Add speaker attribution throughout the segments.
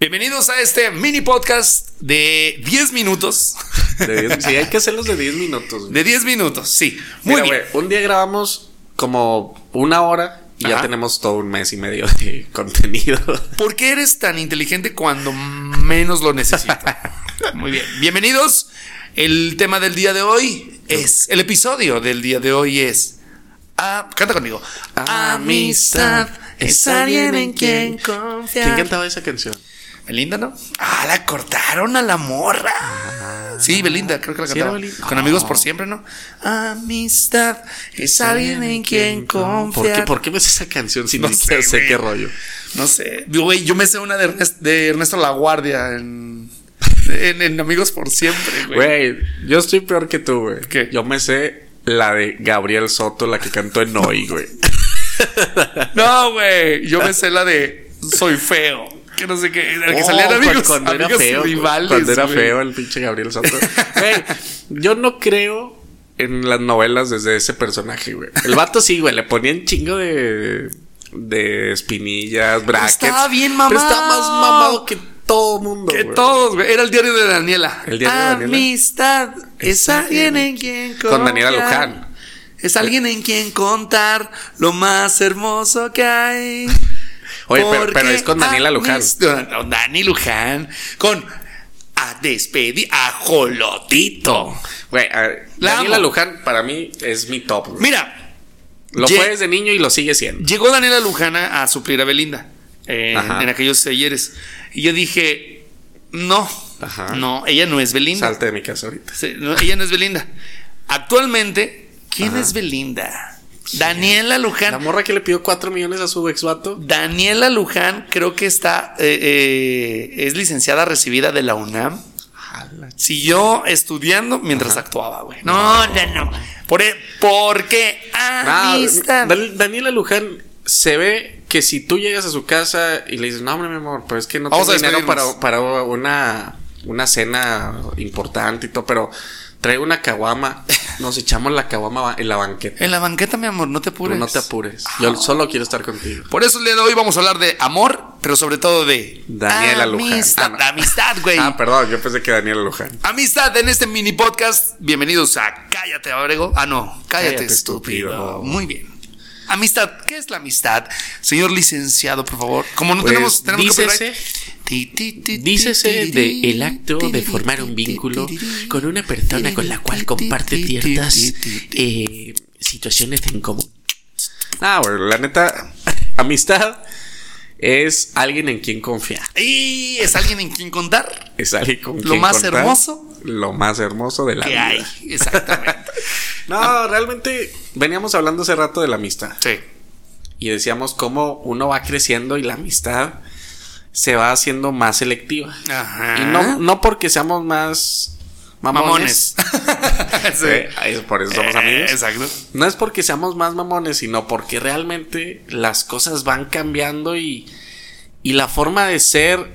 Speaker 1: Bienvenidos a este mini podcast de 10 minutos.
Speaker 2: De 10, sí, hay que hacerlos de 10 minutos. güey.
Speaker 1: De 10 minutos, sí. Muy
Speaker 2: Mira,
Speaker 1: bien.
Speaker 2: güey, un día grabamos como una hora y
Speaker 1: Ajá.
Speaker 2: ya tenemos todo un mes y medio de contenido.
Speaker 1: ¿Por qué eres tan inteligente cuando menos lo necesitas? Muy bien. Bienvenidos. El tema del día de hoy es. El episodio del día de hoy es. ah, canta conmigo. Amistad es alguien en quien
Speaker 2: ¿Quién
Speaker 1: confiar.
Speaker 2: cantaba esa canción?
Speaker 1: Belinda, ¿no? Ah, la cortaron a la morra. Sí, Belinda, creo que la
Speaker 2: Ah. ¿Sí era
Speaker 1: cantaba.
Speaker 2: Belinda?
Speaker 1: Con amigos
Speaker 2: No.
Speaker 1: por siempre, ¿no? Amistad es alguien en quien confiar.
Speaker 2: ¿Por qué, por qué ves esa canción si
Speaker 1: No
Speaker 2: no
Speaker 1: sé,
Speaker 2: sé,
Speaker 1: güey.
Speaker 2: qué rollo?
Speaker 1: No sé. Güey, yo me sé una de Ernesto, de Ernesto La Guardia en, en, en Amigos por Siempre, güey.
Speaker 2: Güey, yo estoy peor que tú, güey.
Speaker 1: ¿Qué?
Speaker 2: Yo me sé la de Gabriel Soto, la que cantó en hoy, güey.
Speaker 1: No, güey. Yo me sé la de Soy Feo. Que no sé qué. El que
Speaker 2: Oh,
Speaker 1: salía en
Speaker 2: cu-
Speaker 1: Amigos,
Speaker 2: cuando era
Speaker 1: Amigos
Speaker 2: feo,
Speaker 1: Rivales,
Speaker 2: Cuando era
Speaker 1: güey.
Speaker 2: feo el pinche Gabriel Soto. Güey, yo no creo en las novelas desde ese personaje, güey. El vato sí, güey, le ponían chingo de, de espinillas, brackets.
Speaker 1: estaba bien
Speaker 2: Pero estaba
Speaker 1: mamado.
Speaker 2: más mamado que todo mundo,
Speaker 1: Que
Speaker 2: güey.
Speaker 1: todos, güey. Era el diario de Daniela.
Speaker 2: El diario de Daniela.
Speaker 1: Amistad es alguien en quien confiar.
Speaker 2: Con Daniela Luján.
Speaker 1: Es alguien en quien contar lo más hermoso que hay.
Speaker 2: Oye, pero,
Speaker 1: Porque
Speaker 2: pero es con Daniela Luján.
Speaker 1: amist- Con Dani Luján. Con a despedir a Jolotito.
Speaker 2: Güey, a ver,
Speaker 1: La
Speaker 2: Daniela
Speaker 1: amo.
Speaker 2: Luján para mí es mi top, güey.
Speaker 1: Mira,
Speaker 2: Lo
Speaker 1: Ye-
Speaker 2: fue desde niño y lo sigue siendo.
Speaker 1: llegó Daniela Luján a a suplir a Belinda en,
Speaker 2: Ajá.
Speaker 1: en aquellos ayeres. Y yo dije, no,
Speaker 2: Ajá.
Speaker 1: no, ella no es Belinda.
Speaker 2: Salte de mi casa ahorita.
Speaker 1: Sí, no, ella no es Belinda. Actualmente, ¿quién es Belinda? Daniela
Speaker 2: La
Speaker 1: Luján.
Speaker 2: morra que le pidió 4 millones a su ex vato.
Speaker 1: Daniela Luján creo que está, eh, eh, es licenciada recibida de la UNAM. Siguió estudiando mientras actuaba, güey. No, no, no. Por, e- porque
Speaker 2: Ah,
Speaker 1: amistad.
Speaker 2: Dan- Daniela Luján se ve que si tú llegas a su casa y le dices, no, hombre, mi amor, pero es que no
Speaker 1: Vamos a
Speaker 2: tengo dinero
Speaker 1: despedirnos".
Speaker 2: para, para una, una cena importante y todo, pero trae una caguama, nos echamos la caguama ba- en la banqueta.
Speaker 1: En la banqueta, mi amor, no te
Speaker 2: Tú
Speaker 1: apures.
Speaker 2: Pues
Speaker 1: Ah.
Speaker 2: no te apures, yo solo quiero estar contigo.
Speaker 1: Por eso el día de hoy vamos a hablar de amor, pero sobre todo de
Speaker 2: Daniela Luján.
Speaker 1: amistad,
Speaker 2: Ah, no.
Speaker 1: de amistad, güey.
Speaker 2: Ah, perdón, yo pensé que Daniela Luján.
Speaker 1: Amistad en este mini podcast. Bienvenidos a Cállate, Abrego. Ah, no, cállate,
Speaker 2: Cállate,
Speaker 1: estúpido.
Speaker 2: estúpido.
Speaker 1: Muy bien. Amistad, ¿qué es la amistad? Señor licenciado, por favor. Como no
Speaker 2: Pues,
Speaker 1: tenemos, tenemos
Speaker 2: dícese-
Speaker 1: copyright. Ti, ti, ti,
Speaker 2: Dícese
Speaker 1: ti,
Speaker 2: de
Speaker 1: ti,
Speaker 2: el acto
Speaker 1: ti,
Speaker 2: de
Speaker 1: ti,
Speaker 2: formar
Speaker 1: ti,
Speaker 2: un
Speaker 1: ti,
Speaker 2: vínculo
Speaker 1: ti, ti,
Speaker 3: con una persona con la cual comparte ciertas eh, situaciones en común.
Speaker 2: Ah, bueno, la neta, amistad es alguien en quien confiar.
Speaker 1: Y es alguien en quien contar
Speaker 2: Es alguien con
Speaker 1: Lo
Speaker 2: quien
Speaker 1: más
Speaker 2: contar
Speaker 1: hermoso.
Speaker 2: Lo más hermoso de la
Speaker 1: que
Speaker 2: vida.
Speaker 1: hay. Exactamente.
Speaker 2: No, realmente veníamos hablando hace rato de la amistad
Speaker 1: Sí.
Speaker 2: y decíamos cómo uno va creciendo y la amistad se va haciendo más selectiva.
Speaker 1: Ajá.
Speaker 2: Y no, no porque seamos más mamones.
Speaker 1: Mamones. Sí.
Speaker 2: Eh, es por eso somos
Speaker 1: Eh,
Speaker 2: amigos.
Speaker 1: Exacto.
Speaker 2: No es porque seamos más mamones, sino porque realmente las cosas van cambiando y, y la forma de ser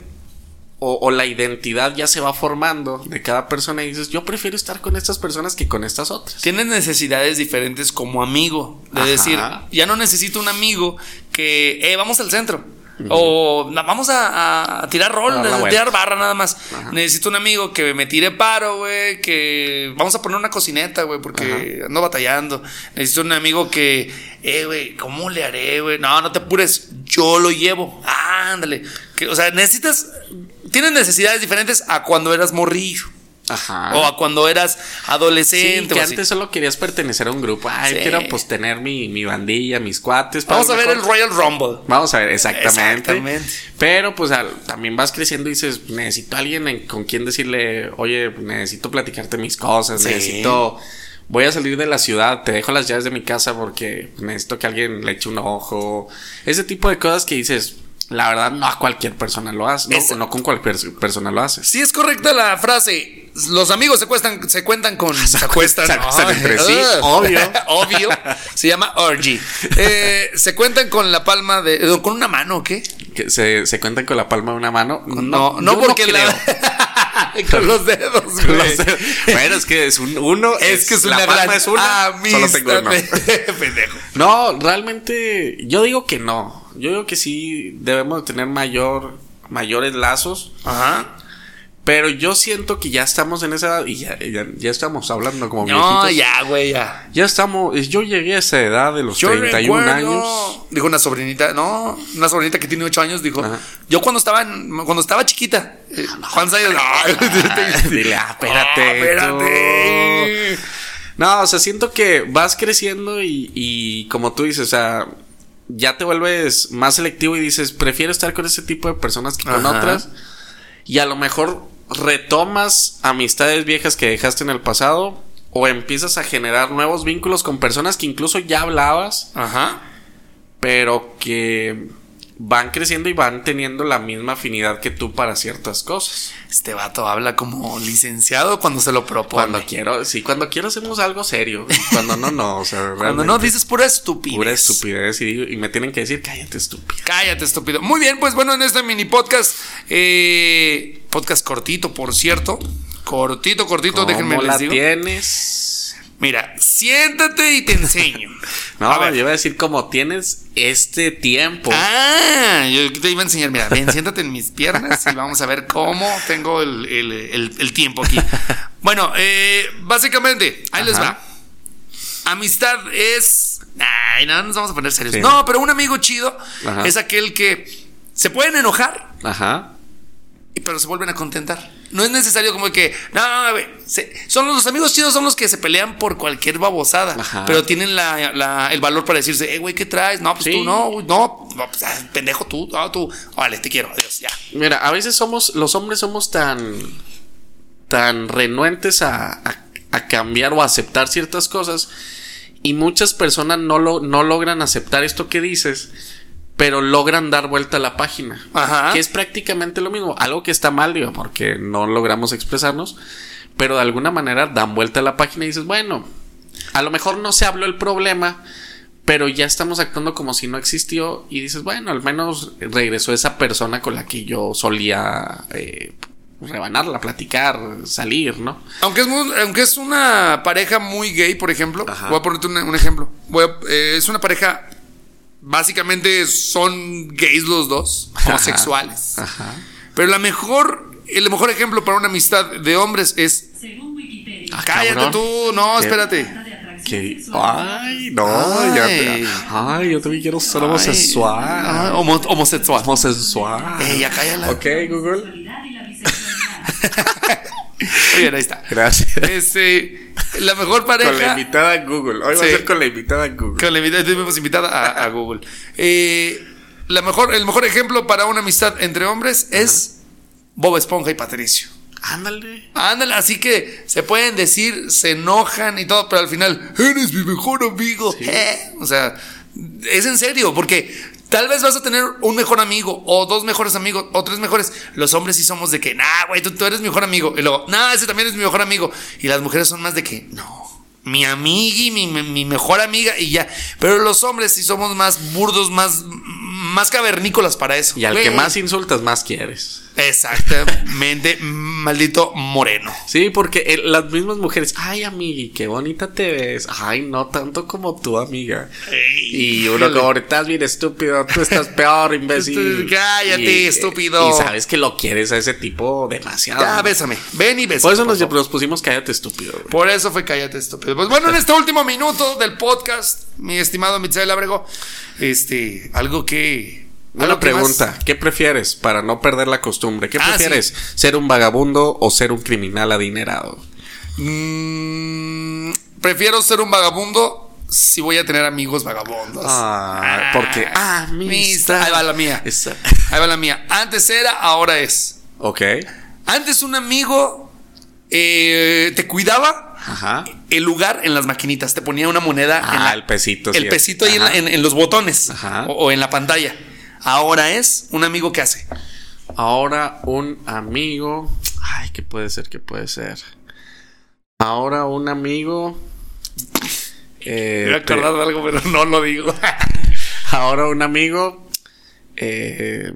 Speaker 2: o, o la identidad ya se va formando de cada persona y dices, yo prefiero estar con estas personas que con estas otras.
Speaker 1: Tienes necesidades diferentes como amigo. De
Speaker 2: Ajá.
Speaker 1: decir, ya no necesito un amigo que, eh, vamos al centro. O "Na- vamos a, a- a tirar rol,
Speaker 2: A dar la
Speaker 1: a
Speaker 2: vuelta.
Speaker 1: tirar barra nada más. Necesito un amigo que me tire paro, güey. Que vamos a poner una cocineta, güey, porque ando batallando. Necesito un amigo que, eh, güey, ¿cómo le haré, güey? No, no te apures, yo lo llevo. ándale. Que, o sea, necesitas, tienes necesidades diferentes a cuando eras morrillo.
Speaker 2: Ajá.
Speaker 1: O a cuando eras
Speaker 2: Ah. Sí,
Speaker 1: adolescente.
Speaker 2: que
Speaker 1: o así.
Speaker 2: antes solo querías pertenecer a un grupo. Ay,
Speaker 1: Sí.
Speaker 2: quiero pues tener mi, mi bandilla, mis cuates. para
Speaker 1: Vamos a
Speaker 2: lo
Speaker 1: ver el
Speaker 2: mejor-
Speaker 1: Royal Rumble.
Speaker 2: Vamos a ver, exactamente.
Speaker 1: Exactamente.
Speaker 2: Pero pues al- también vas creciendo y dices, necesito a alguien en- con quien decirle, oye, necesito platicarte mis cosas,
Speaker 1: Sí.
Speaker 2: necesito... Voy a salir de la ciudad, te dejo las llaves de mi casa porque necesito que alguien le eche un ojo. Ese tipo de cosas que dices, la verdad no a cualquier persona lo hace, no,
Speaker 1: Exacto.
Speaker 2: no con cualquier persona lo haces.
Speaker 1: Si es correcta la frase, los amigos se, cuestan, se cuentan con. Se acuestan.
Speaker 2: se acuestan
Speaker 1: Ay,
Speaker 2: entre sí,
Speaker 1: ugh.
Speaker 2: obvio.
Speaker 1: obvio. Se llama orgy. Eh, se cuentan con la palma de. eh, ¿Con una mano o qué?
Speaker 2: Que se, se cuentan con la palma de una mano.
Speaker 1: No, no,
Speaker 2: yo
Speaker 1: porque la-
Speaker 2: creo.
Speaker 1: con los dedos, güey.
Speaker 2: Lo sé. bueno, es que es un uno.
Speaker 1: Es que es una
Speaker 2: la palma
Speaker 1: gran
Speaker 2: es una.
Speaker 1: amistad.
Speaker 2: Solo tengo uno.
Speaker 1: Pendejo.
Speaker 2: No, realmente, yo digo que no. Yo digo que sí debemos de tener mayor mayores lazos.
Speaker 1: Ajá.
Speaker 2: Pero yo siento que ya estamos en esa edad y ya, ya, ya estamos hablando como
Speaker 1: No,
Speaker 2: viejitos.
Speaker 1: ya, güey, ya.
Speaker 2: Ya estamos, yo llegué a esa edad de los
Speaker 1: Yo
Speaker 2: 31
Speaker 1: recuerdo-
Speaker 2: años.
Speaker 1: Dijo una sobrinita, no, una sobrinita que tiene 8 años, dijo.
Speaker 2: Ajá. Ah,
Speaker 1: Yo cuando estaba, en- cuando estaba chiquita, eh, Juan Sayas, no,
Speaker 2: Dile, ah, espérate.
Speaker 1: Ah, espérate.
Speaker 2: No, o sea, siento que vas creciendo y, y como tú dices, o sea, ya te vuelves más selectivo y dices, prefiero estar con ese tipo de personas que con
Speaker 1: Ajá.
Speaker 2: otras. Y a lo mejor retomas amistades viejas que dejaste en el pasado o empiezas a generar nuevos vínculos con personas que incluso ya hablabas,
Speaker 1: Ajá.
Speaker 2: pero que van creciendo y van teniendo la misma afinidad que tú para ciertas cosas.
Speaker 1: Este vato habla como licenciado cuando se lo propone.
Speaker 2: Cuando quiero, sí, cuando quiero hacemos algo serio. Y Cuando no, no, o sea,
Speaker 1: Cuando
Speaker 2: realmente.
Speaker 1: no dices pura estupidez.
Speaker 2: Pura estupidez y, y me tienen que decir, cállate estúpido.
Speaker 1: Cállate, estúpido. Muy bien, pues bueno, en este mini podcast, eh, podcast cortito, por cierto. Cortito, cortito, déjenme
Speaker 2: ¿Cómo
Speaker 1: les
Speaker 2: la
Speaker 1: digo.
Speaker 2: tienes?
Speaker 1: Mira, siéntate y te enseño.
Speaker 2: No,
Speaker 1: A ver.
Speaker 2: yo iba a decir como tienes este tiempo.
Speaker 1: Ah, yo te iba a enseñar. Mira, ven, siéntate en mis piernas y vamos a ver cómo tengo el, el- el- el tiempo aquí. Bueno, eh, básicamente, ahí les va.
Speaker 2: Ajá.
Speaker 1: Amistad es. Ay, no, nos vamos a poner serios.
Speaker 2: Sí,
Speaker 1: no,
Speaker 2: no.
Speaker 1: pero un amigo chido
Speaker 2: Ajá.
Speaker 1: es aquel que se pueden enojar,
Speaker 2: Ajá.
Speaker 1: y- pero se vuelven a contentar. No es necesario como que. No, no, no, güey, se- son los, los amigos chidos son los que se pelean por cualquier babosada,
Speaker 2: Ajá.
Speaker 1: pero tienen la- la- el valor para decirse, eh, güey, ¿qué traes? No, pues
Speaker 2: Sí.
Speaker 1: tú no, uy, no, no, pues, ah, pendejo tú, no, tú. Vale, te quiero, adiós, ya.
Speaker 2: Mira, a veces somos, los hombres somos tan, tan renuentes a, a- a cambiar o a aceptar ciertas cosas. Y muchas personas no, lo, no logran aceptar esto que dices, pero logran dar vuelta a la página.
Speaker 1: Ajá.
Speaker 2: Que es prácticamente lo mismo. Algo que está mal, digo, porque no logramos expresarnos. Pero de alguna manera dan vuelta a la página y dices, bueno, a lo mejor no se habló el problema, pero ya estamos actuando como si no existió y dices, bueno, al menos regresó esa persona con la que yo solía eh, rebanarla, platicar, salir, ¿no?
Speaker 1: Aunque es, muy- aunque es una pareja muy gay, por ejemplo,
Speaker 2: Ajá.
Speaker 1: voy a ponerte un, un ejemplo. Voy a- eh, es una pareja, básicamente son gays los dos, homosexuales.
Speaker 2: Ajá.
Speaker 1: Pero la mejor, el mejor ejemplo para una amistad de hombres es,
Speaker 4: Según Wikipedia,
Speaker 2: Ah,
Speaker 1: cállate
Speaker 2: cabrón.
Speaker 1: tú, no,
Speaker 2: Qué-
Speaker 1: espérate.
Speaker 4: trata de atracción
Speaker 2: Que,
Speaker 4: sexual.
Speaker 2: ay, no,
Speaker 1: Ay.
Speaker 2: ya te- ay, yo también quiero
Speaker 1: Ay,
Speaker 2: ser Ah, homosexual.
Speaker 1: homo- homosexual.
Speaker 2: homosexual.
Speaker 1: Ey, ya cállala.
Speaker 2: Ok, Google.
Speaker 4: sexualidad y la bisexualidad.
Speaker 1: Muy bien, ahí está.
Speaker 2: Gracias.
Speaker 1: Este, la mejor pareja.
Speaker 2: Con la invitada Google. Hoy va a
Speaker 1: Sí.
Speaker 2: ser con la invitada Google.
Speaker 1: Con la invitada, tuvimos invitada a, a Google. Eh, la mejor, el mejor ejemplo para una amistad entre hombres es Bob Esponja y Patricio.
Speaker 2: Ándale.
Speaker 1: Ándale, así que se pueden decir, se enojan y todo, pero al final, eres mi mejor amigo. Eh, O sea, es en serio, porque tal vez vas a tener un mejor amigo, o dos mejores amigos, o tres mejores. Los hombres sí somos de que, nah, güey, tú, tú eres mi mejor amigo. Y luego, nah, ese también es mi mejor amigo. Y las mujeres son más de que, no. Mi amiga y mi, mi- mi mejor amiga y ya. Pero los hombres sí somos más burdos, más, más cavernícolas para eso.
Speaker 2: Y al que
Speaker 1: Güey.
Speaker 2: más insultas, más quieres.
Speaker 1: Exactamente, maldito moreno.
Speaker 2: Sí, porque eh, las mismas mujeres, ay, amigui, qué bonita te ves. Ay, no tanto como tú, amiga.
Speaker 1: Ey,
Speaker 2: y uno
Speaker 1: híjole.
Speaker 2: como ahorita estás bien estúpido, tú estás peor, imbécil.
Speaker 1: Tú- cállate,
Speaker 2: Y-
Speaker 1: estúpido.
Speaker 2: Y sabes que lo quieres a ese tipo demasiado.
Speaker 1: Ya, bésame. Ven y bésame.
Speaker 2: Por eso nos,
Speaker 1: favor.
Speaker 2: nos pusimos cállate, estúpido. güey.
Speaker 1: Por eso fue cállate, estúpido. Pues bueno, en este último minuto del podcast, mi estimado Michel Abrego, este, algo que. algo
Speaker 2: Una
Speaker 1: que más-
Speaker 2: pregunta, ¿qué prefieres para no perder la costumbre? ¿Qué
Speaker 1: Ah,
Speaker 2: prefieres? ¿Ser un vagabundo o ser un criminal adinerado?
Speaker 1: Mm, prefiero ser un vagabundo si voy a tener amigos vagabundos.
Speaker 2: Ah, porque ah, amistad.
Speaker 1: Ahí va la mía.
Speaker 2: Esa-
Speaker 1: Ahí va la mía. Antes era, ahora es.
Speaker 2: Ok.
Speaker 1: Antes un amigo eh, te cuidaba
Speaker 2: Ajá.
Speaker 1: el lugar en las maquinitas. Te ponía una moneda
Speaker 2: Ah,
Speaker 1: en la-
Speaker 2: el pesito,
Speaker 1: El
Speaker 2: sí.
Speaker 1: pesito ahí en, la-
Speaker 2: Ajá.
Speaker 1: en- en los botones
Speaker 2: Ajá.
Speaker 1: o, o en la pantalla. Ahora es un amigo que hace.
Speaker 2: Ahora un amigo. Ay, ¿qué puede ser? ¿Qué puede ser? Ahora un amigo. eh,
Speaker 1: Me
Speaker 2: te-
Speaker 1: acordado de algo, pero no lo digo.
Speaker 2: ahora un amigo. eh,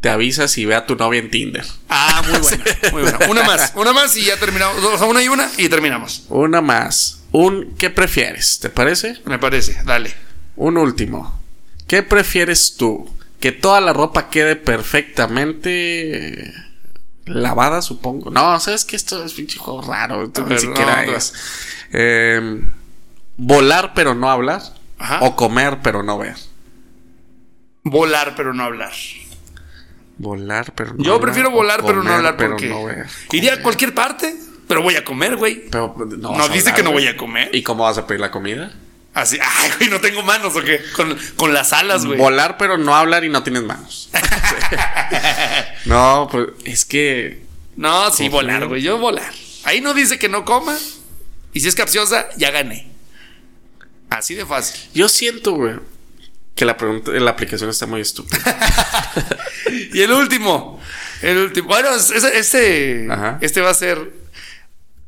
Speaker 2: te avisa si ve a tu novia en Tinder.
Speaker 1: ah, muy buena, muy buena. Una más, una más y ya terminamos. O sea, una y una y terminamos.
Speaker 2: Una más. Un ¿qué prefieres? ¿Te parece?
Speaker 1: Me parece, dale.
Speaker 2: Un último. ¿Qué prefieres tú? Que toda la ropa quede perfectamente eh, lavada, supongo. No, sabes que esto es pinche juego raro. esto ni
Speaker 1: ver,
Speaker 2: siquiera
Speaker 1: no,
Speaker 2: es. Eh, volar pero no hablar.
Speaker 1: Ajá.
Speaker 2: O comer pero no ver.
Speaker 1: Volar, pero no hablar.
Speaker 2: Volar pero no
Speaker 1: Yo
Speaker 2: hablar,
Speaker 1: prefiero
Speaker 2: o
Speaker 1: volar, pero no
Speaker 2: comer,
Speaker 1: hablar
Speaker 2: pero
Speaker 1: porque
Speaker 2: no ver.
Speaker 1: iría a cualquier parte, pero voy a comer, güey.
Speaker 2: Pero no vas
Speaker 1: Nos
Speaker 2: a
Speaker 1: dice
Speaker 2: hablar,
Speaker 1: que no
Speaker 2: güey.
Speaker 1: voy a comer.
Speaker 2: ¿Y cómo vas a pedir la comida?
Speaker 1: Así, ay, güey, no tengo manos o qué? Con, con las alas, güey.
Speaker 2: Volar pero no hablar y no tienes manos. no, pues es que
Speaker 1: No, sí,
Speaker 2: Comer.
Speaker 1: volar, güey. Yo volar. Ahí no dice que no coma. Y si es capciosa, ya gané. Así de fácil.
Speaker 2: yo siento, güey, que la pregunta, la aplicación está muy estúpida.
Speaker 1: Y el último. El último. Bueno, es- es- este,
Speaker 2: Ajá.
Speaker 1: este va a ser.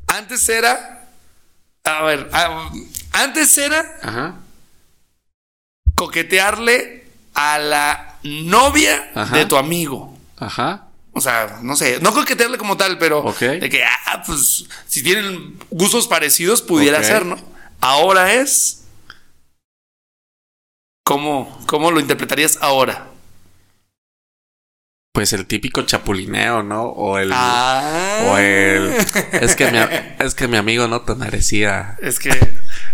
Speaker 1: Antes era. A ver. ah, antes era
Speaker 2: Ajá.
Speaker 1: coquetearle a la novia
Speaker 2: Ajá.
Speaker 1: de tu amigo.
Speaker 2: Ajá.
Speaker 1: O sea, no sé, no coquetearle como tal, pero
Speaker 2: Ok.
Speaker 1: de que, ah, pues, si tienen gustos parecidos, pudiera
Speaker 2: Ok.
Speaker 1: ser, ¿no? Ahora es. ¿Cómo, ¿Cómo lo interpretarías ahora?
Speaker 2: Pues el típico chapulineo, ¿no? O el
Speaker 1: Ah.
Speaker 2: o el es que mi, a- es que mi amigo no te merecía.
Speaker 1: Es que.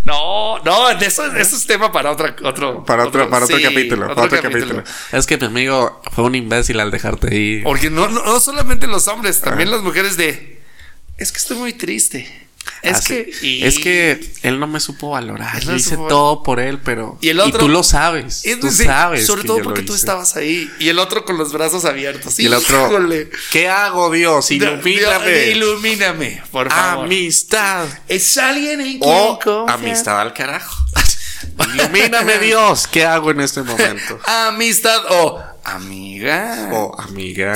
Speaker 1: No, no, de eso, eso es tema para otra, otro.
Speaker 2: Para otro, para otro
Speaker 1: sí,
Speaker 2: capítulo, para otro capítulo. Es que mi amigo fue un imbécil al dejarte ir.
Speaker 1: Porque no, no, no solamente los hombres, también las mujeres de. Es que estoy muy triste. Es
Speaker 2: Así-
Speaker 1: que. y-
Speaker 2: Ah, es que él no me supo valorar.
Speaker 1: Él
Speaker 2: Yo
Speaker 1: no
Speaker 2: hice
Speaker 1: supo-
Speaker 2: todo por él, pero
Speaker 1: Y el otro-
Speaker 2: tú lo sabes.
Speaker 1: Es
Speaker 2: tú
Speaker 1: decir,
Speaker 2: sabes.
Speaker 1: Sobre
Speaker 2: que
Speaker 1: todo
Speaker 2: yo lo
Speaker 1: porque tú
Speaker 2: hice.
Speaker 1: estabas ahí. Y el otro con los brazos abiertos.
Speaker 2: Y el otro.
Speaker 1: Híjole.
Speaker 2: ¿Qué hago, Dios? Ilumíname.
Speaker 1: Dios, Ilumíname, por favor.
Speaker 2: amistad.
Speaker 1: Es alguien en quien
Speaker 2: O
Speaker 1: confía.
Speaker 2: amistad al carajo. Ilumíname, Dios. ¿Qué hago en este momento?
Speaker 1: Amistad o amiga.
Speaker 2: O amiga.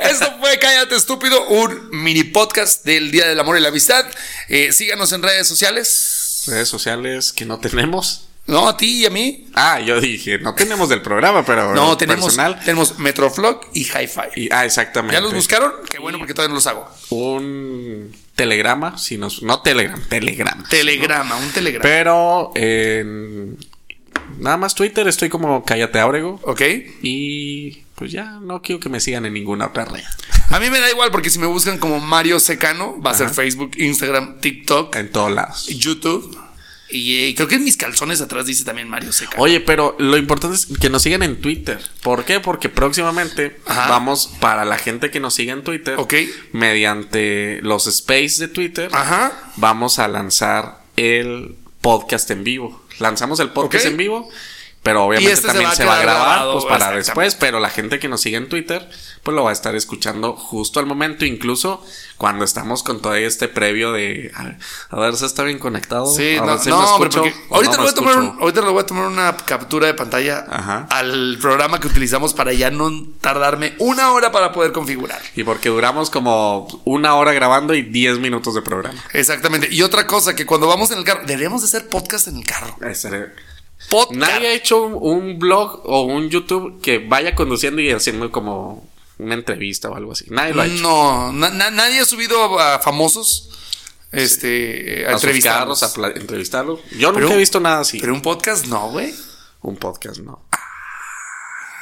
Speaker 1: Esto fue Cállate Estúpido, un mini podcast del Día del Amor y la Amistad. Eh, síganos en redes sociales.
Speaker 2: Redes sociales que no tenemos.
Speaker 1: No, a ti y a mí.
Speaker 2: Ah, yo dije, no tenemos del programa, pero
Speaker 1: No, tenemos,
Speaker 2: personal.
Speaker 1: tenemos Metroflog y Hi-Fi.
Speaker 2: Y- ah, exactamente.
Speaker 1: ¿Ya los buscaron? Qué bueno, porque todavía no los hago.
Speaker 2: Un telegrama, si nos, no telegram, telegram.
Speaker 1: Telegrama, un telegrama.
Speaker 2: Pero en- nada más Twitter estoy como Cállate Ábrego.
Speaker 1: ok.
Speaker 2: Y pues ya no quiero que me sigan en ninguna otra red.
Speaker 1: A mí me da igual porque si me buscan como Mario Secano, va a ser Facebook, Instagram, TikTok,
Speaker 2: En todos lados.
Speaker 1: YouTube. Y eh, creo que en mis calzones atrás dice también Mario Secano.
Speaker 2: Oye, pero lo importante es que nos sigan en Twitter. ¿Por qué? Porque próximamente
Speaker 1: Ajá.
Speaker 2: vamos para la gente que nos siga en Twitter.
Speaker 1: Ok.
Speaker 2: Mediante los space de Twitter.
Speaker 1: Ajá.
Speaker 2: Vamos a lanzar el podcast en vivo. Lanzamos el podcast
Speaker 1: Ok.
Speaker 2: en vivo. Pero obviamente
Speaker 1: este se
Speaker 2: también
Speaker 1: va a
Speaker 2: se va a
Speaker 1: quedar
Speaker 2: grabar
Speaker 1: grabado,
Speaker 2: pues, para
Speaker 1: exactamente.
Speaker 2: después. Pero la gente que nos sigue en Twitter, pues lo va a estar escuchando justo al momento, incluso cuando estamos con todo este previo de a ver, a ver, ¿se está bien conectado?
Speaker 1: Sí,
Speaker 2: A ver,
Speaker 1: no,
Speaker 2: ¿sí
Speaker 1: no,
Speaker 2: me
Speaker 1: hombre,
Speaker 2: escucho
Speaker 1: porque
Speaker 2: o
Speaker 1: ahorita, le
Speaker 2: no me
Speaker 1: voy a tomar
Speaker 2: escucho?
Speaker 1: un- ahorita le voy a tomar una captura de pantalla
Speaker 2: Ajá.
Speaker 1: al programa que utilizamos para ya no tardarme una hora para poder configurar.
Speaker 2: Y porque duramos como una hora grabando y 10 minutos de programa.
Speaker 1: Exactamente. Y otra cosa, que cuando vamos en el carro, deberíamos de hacer podcast en el carro. Podcast.
Speaker 2: Nadie ha hecho un, un blog o un YouTube que vaya conduciendo y haciendo como una entrevista o algo así. Nadie lo ha hecho.
Speaker 1: No, na- na- nadie ha subido a, a famosos este, a,
Speaker 2: A sus
Speaker 1: entrevistarlos.
Speaker 2: carros, a pla- entrevistarlos. Yo
Speaker 1: Pero-
Speaker 2: nunca he visto nada así.
Speaker 1: Pero un podcast no, güey.
Speaker 2: un podcast, no.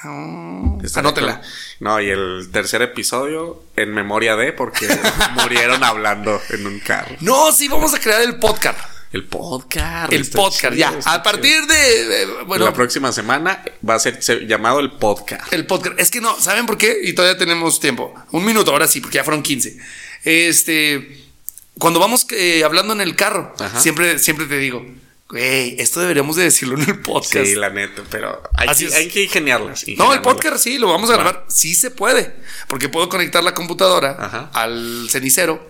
Speaker 1: Ah, Anótela.
Speaker 2: No, y el tercer episodio en memoria de porque murieron hablando en un carro.
Speaker 1: No, sí, vamos a crear el podcast.
Speaker 2: El podcast.
Speaker 1: El
Speaker 2: Ah, está
Speaker 1: podcast,
Speaker 2: chido,
Speaker 1: ya.
Speaker 2: está
Speaker 1: A
Speaker 2: chido.
Speaker 1: partir de. eh, Bueno,
Speaker 2: la próxima semana va a ser se- llamado el podcast.
Speaker 1: El podcast. Es que no, ¿saben por qué? Y todavía tenemos tiempo. Un minuto, ahora sí, porque ya fueron 15. Este. Cuando vamos eh, hablando en el carro,
Speaker 2: Ajá.
Speaker 1: siempre, siempre te digo, güey, esto deberíamos de decirlo en el podcast.
Speaker 2: Sí, la neta, pero hay,
Speaker 1: Así
Speaker 2: que,
Speaker 1: es.
Speaker 2: hay que ingeniarlas.
Speaker 1: no, el
Speaker 2: ingeniárnoslas.
Speaker 1: podcast sí, lo vamos a
Speaker 2: Va.
Speaker 1: grabar. Sí se puede, porque puedo conectar la computadora
Speaker 2: Ajá.
Speaker 1: al cenicero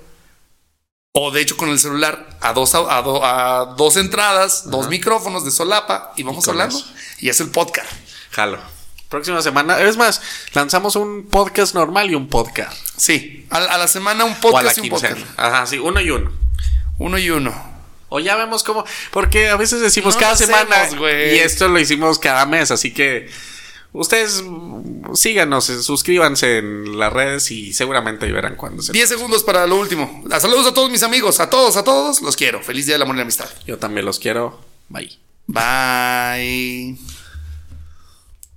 Speaker 1: o de hecho con el celular a dos, a, do- a dos entradas, dos micrófonos de solapa y vamos
Speaker 2: con
Speaker 1: hablando.
Speaker 2: eso.
Speaker 1: Y es el podcast.
Speaker 2: Jalo. Próxima semana, es más, lanzamos un podcast normal y un podcast.
Speaker 1: Sí, a, la- a la semana un
Speaker 2: o a la
Speaker 1: podcast y un
Speaker 2: quincena.
Speaker 1: podcast.
Speaker 2: Ajá, sí, uno y uno.
Speaker 1: Uno y uno.
Speaker 2: O ya vemos cómo, porque a veces decimos
Speaker 1: No
Speaker 2: cada
Speaker 1: lo
Speaker 2: semana
Speaker 1: hacemos, güey.
Speaker 2: y esto lo hicimos cada mes, así que ustedes mm, síganos, eh, suscríbanse en las redes y seguramente ahí verán cuándo se.
Speaker 1: 10 segundos para lo último. A Saludos a todos mis amigos, a todos, a todos. Los quiero. Feliz Día del Amor y la Amistad.
Speaker 2: Yo también los quiero. Bye.
Speaker 1: Bye.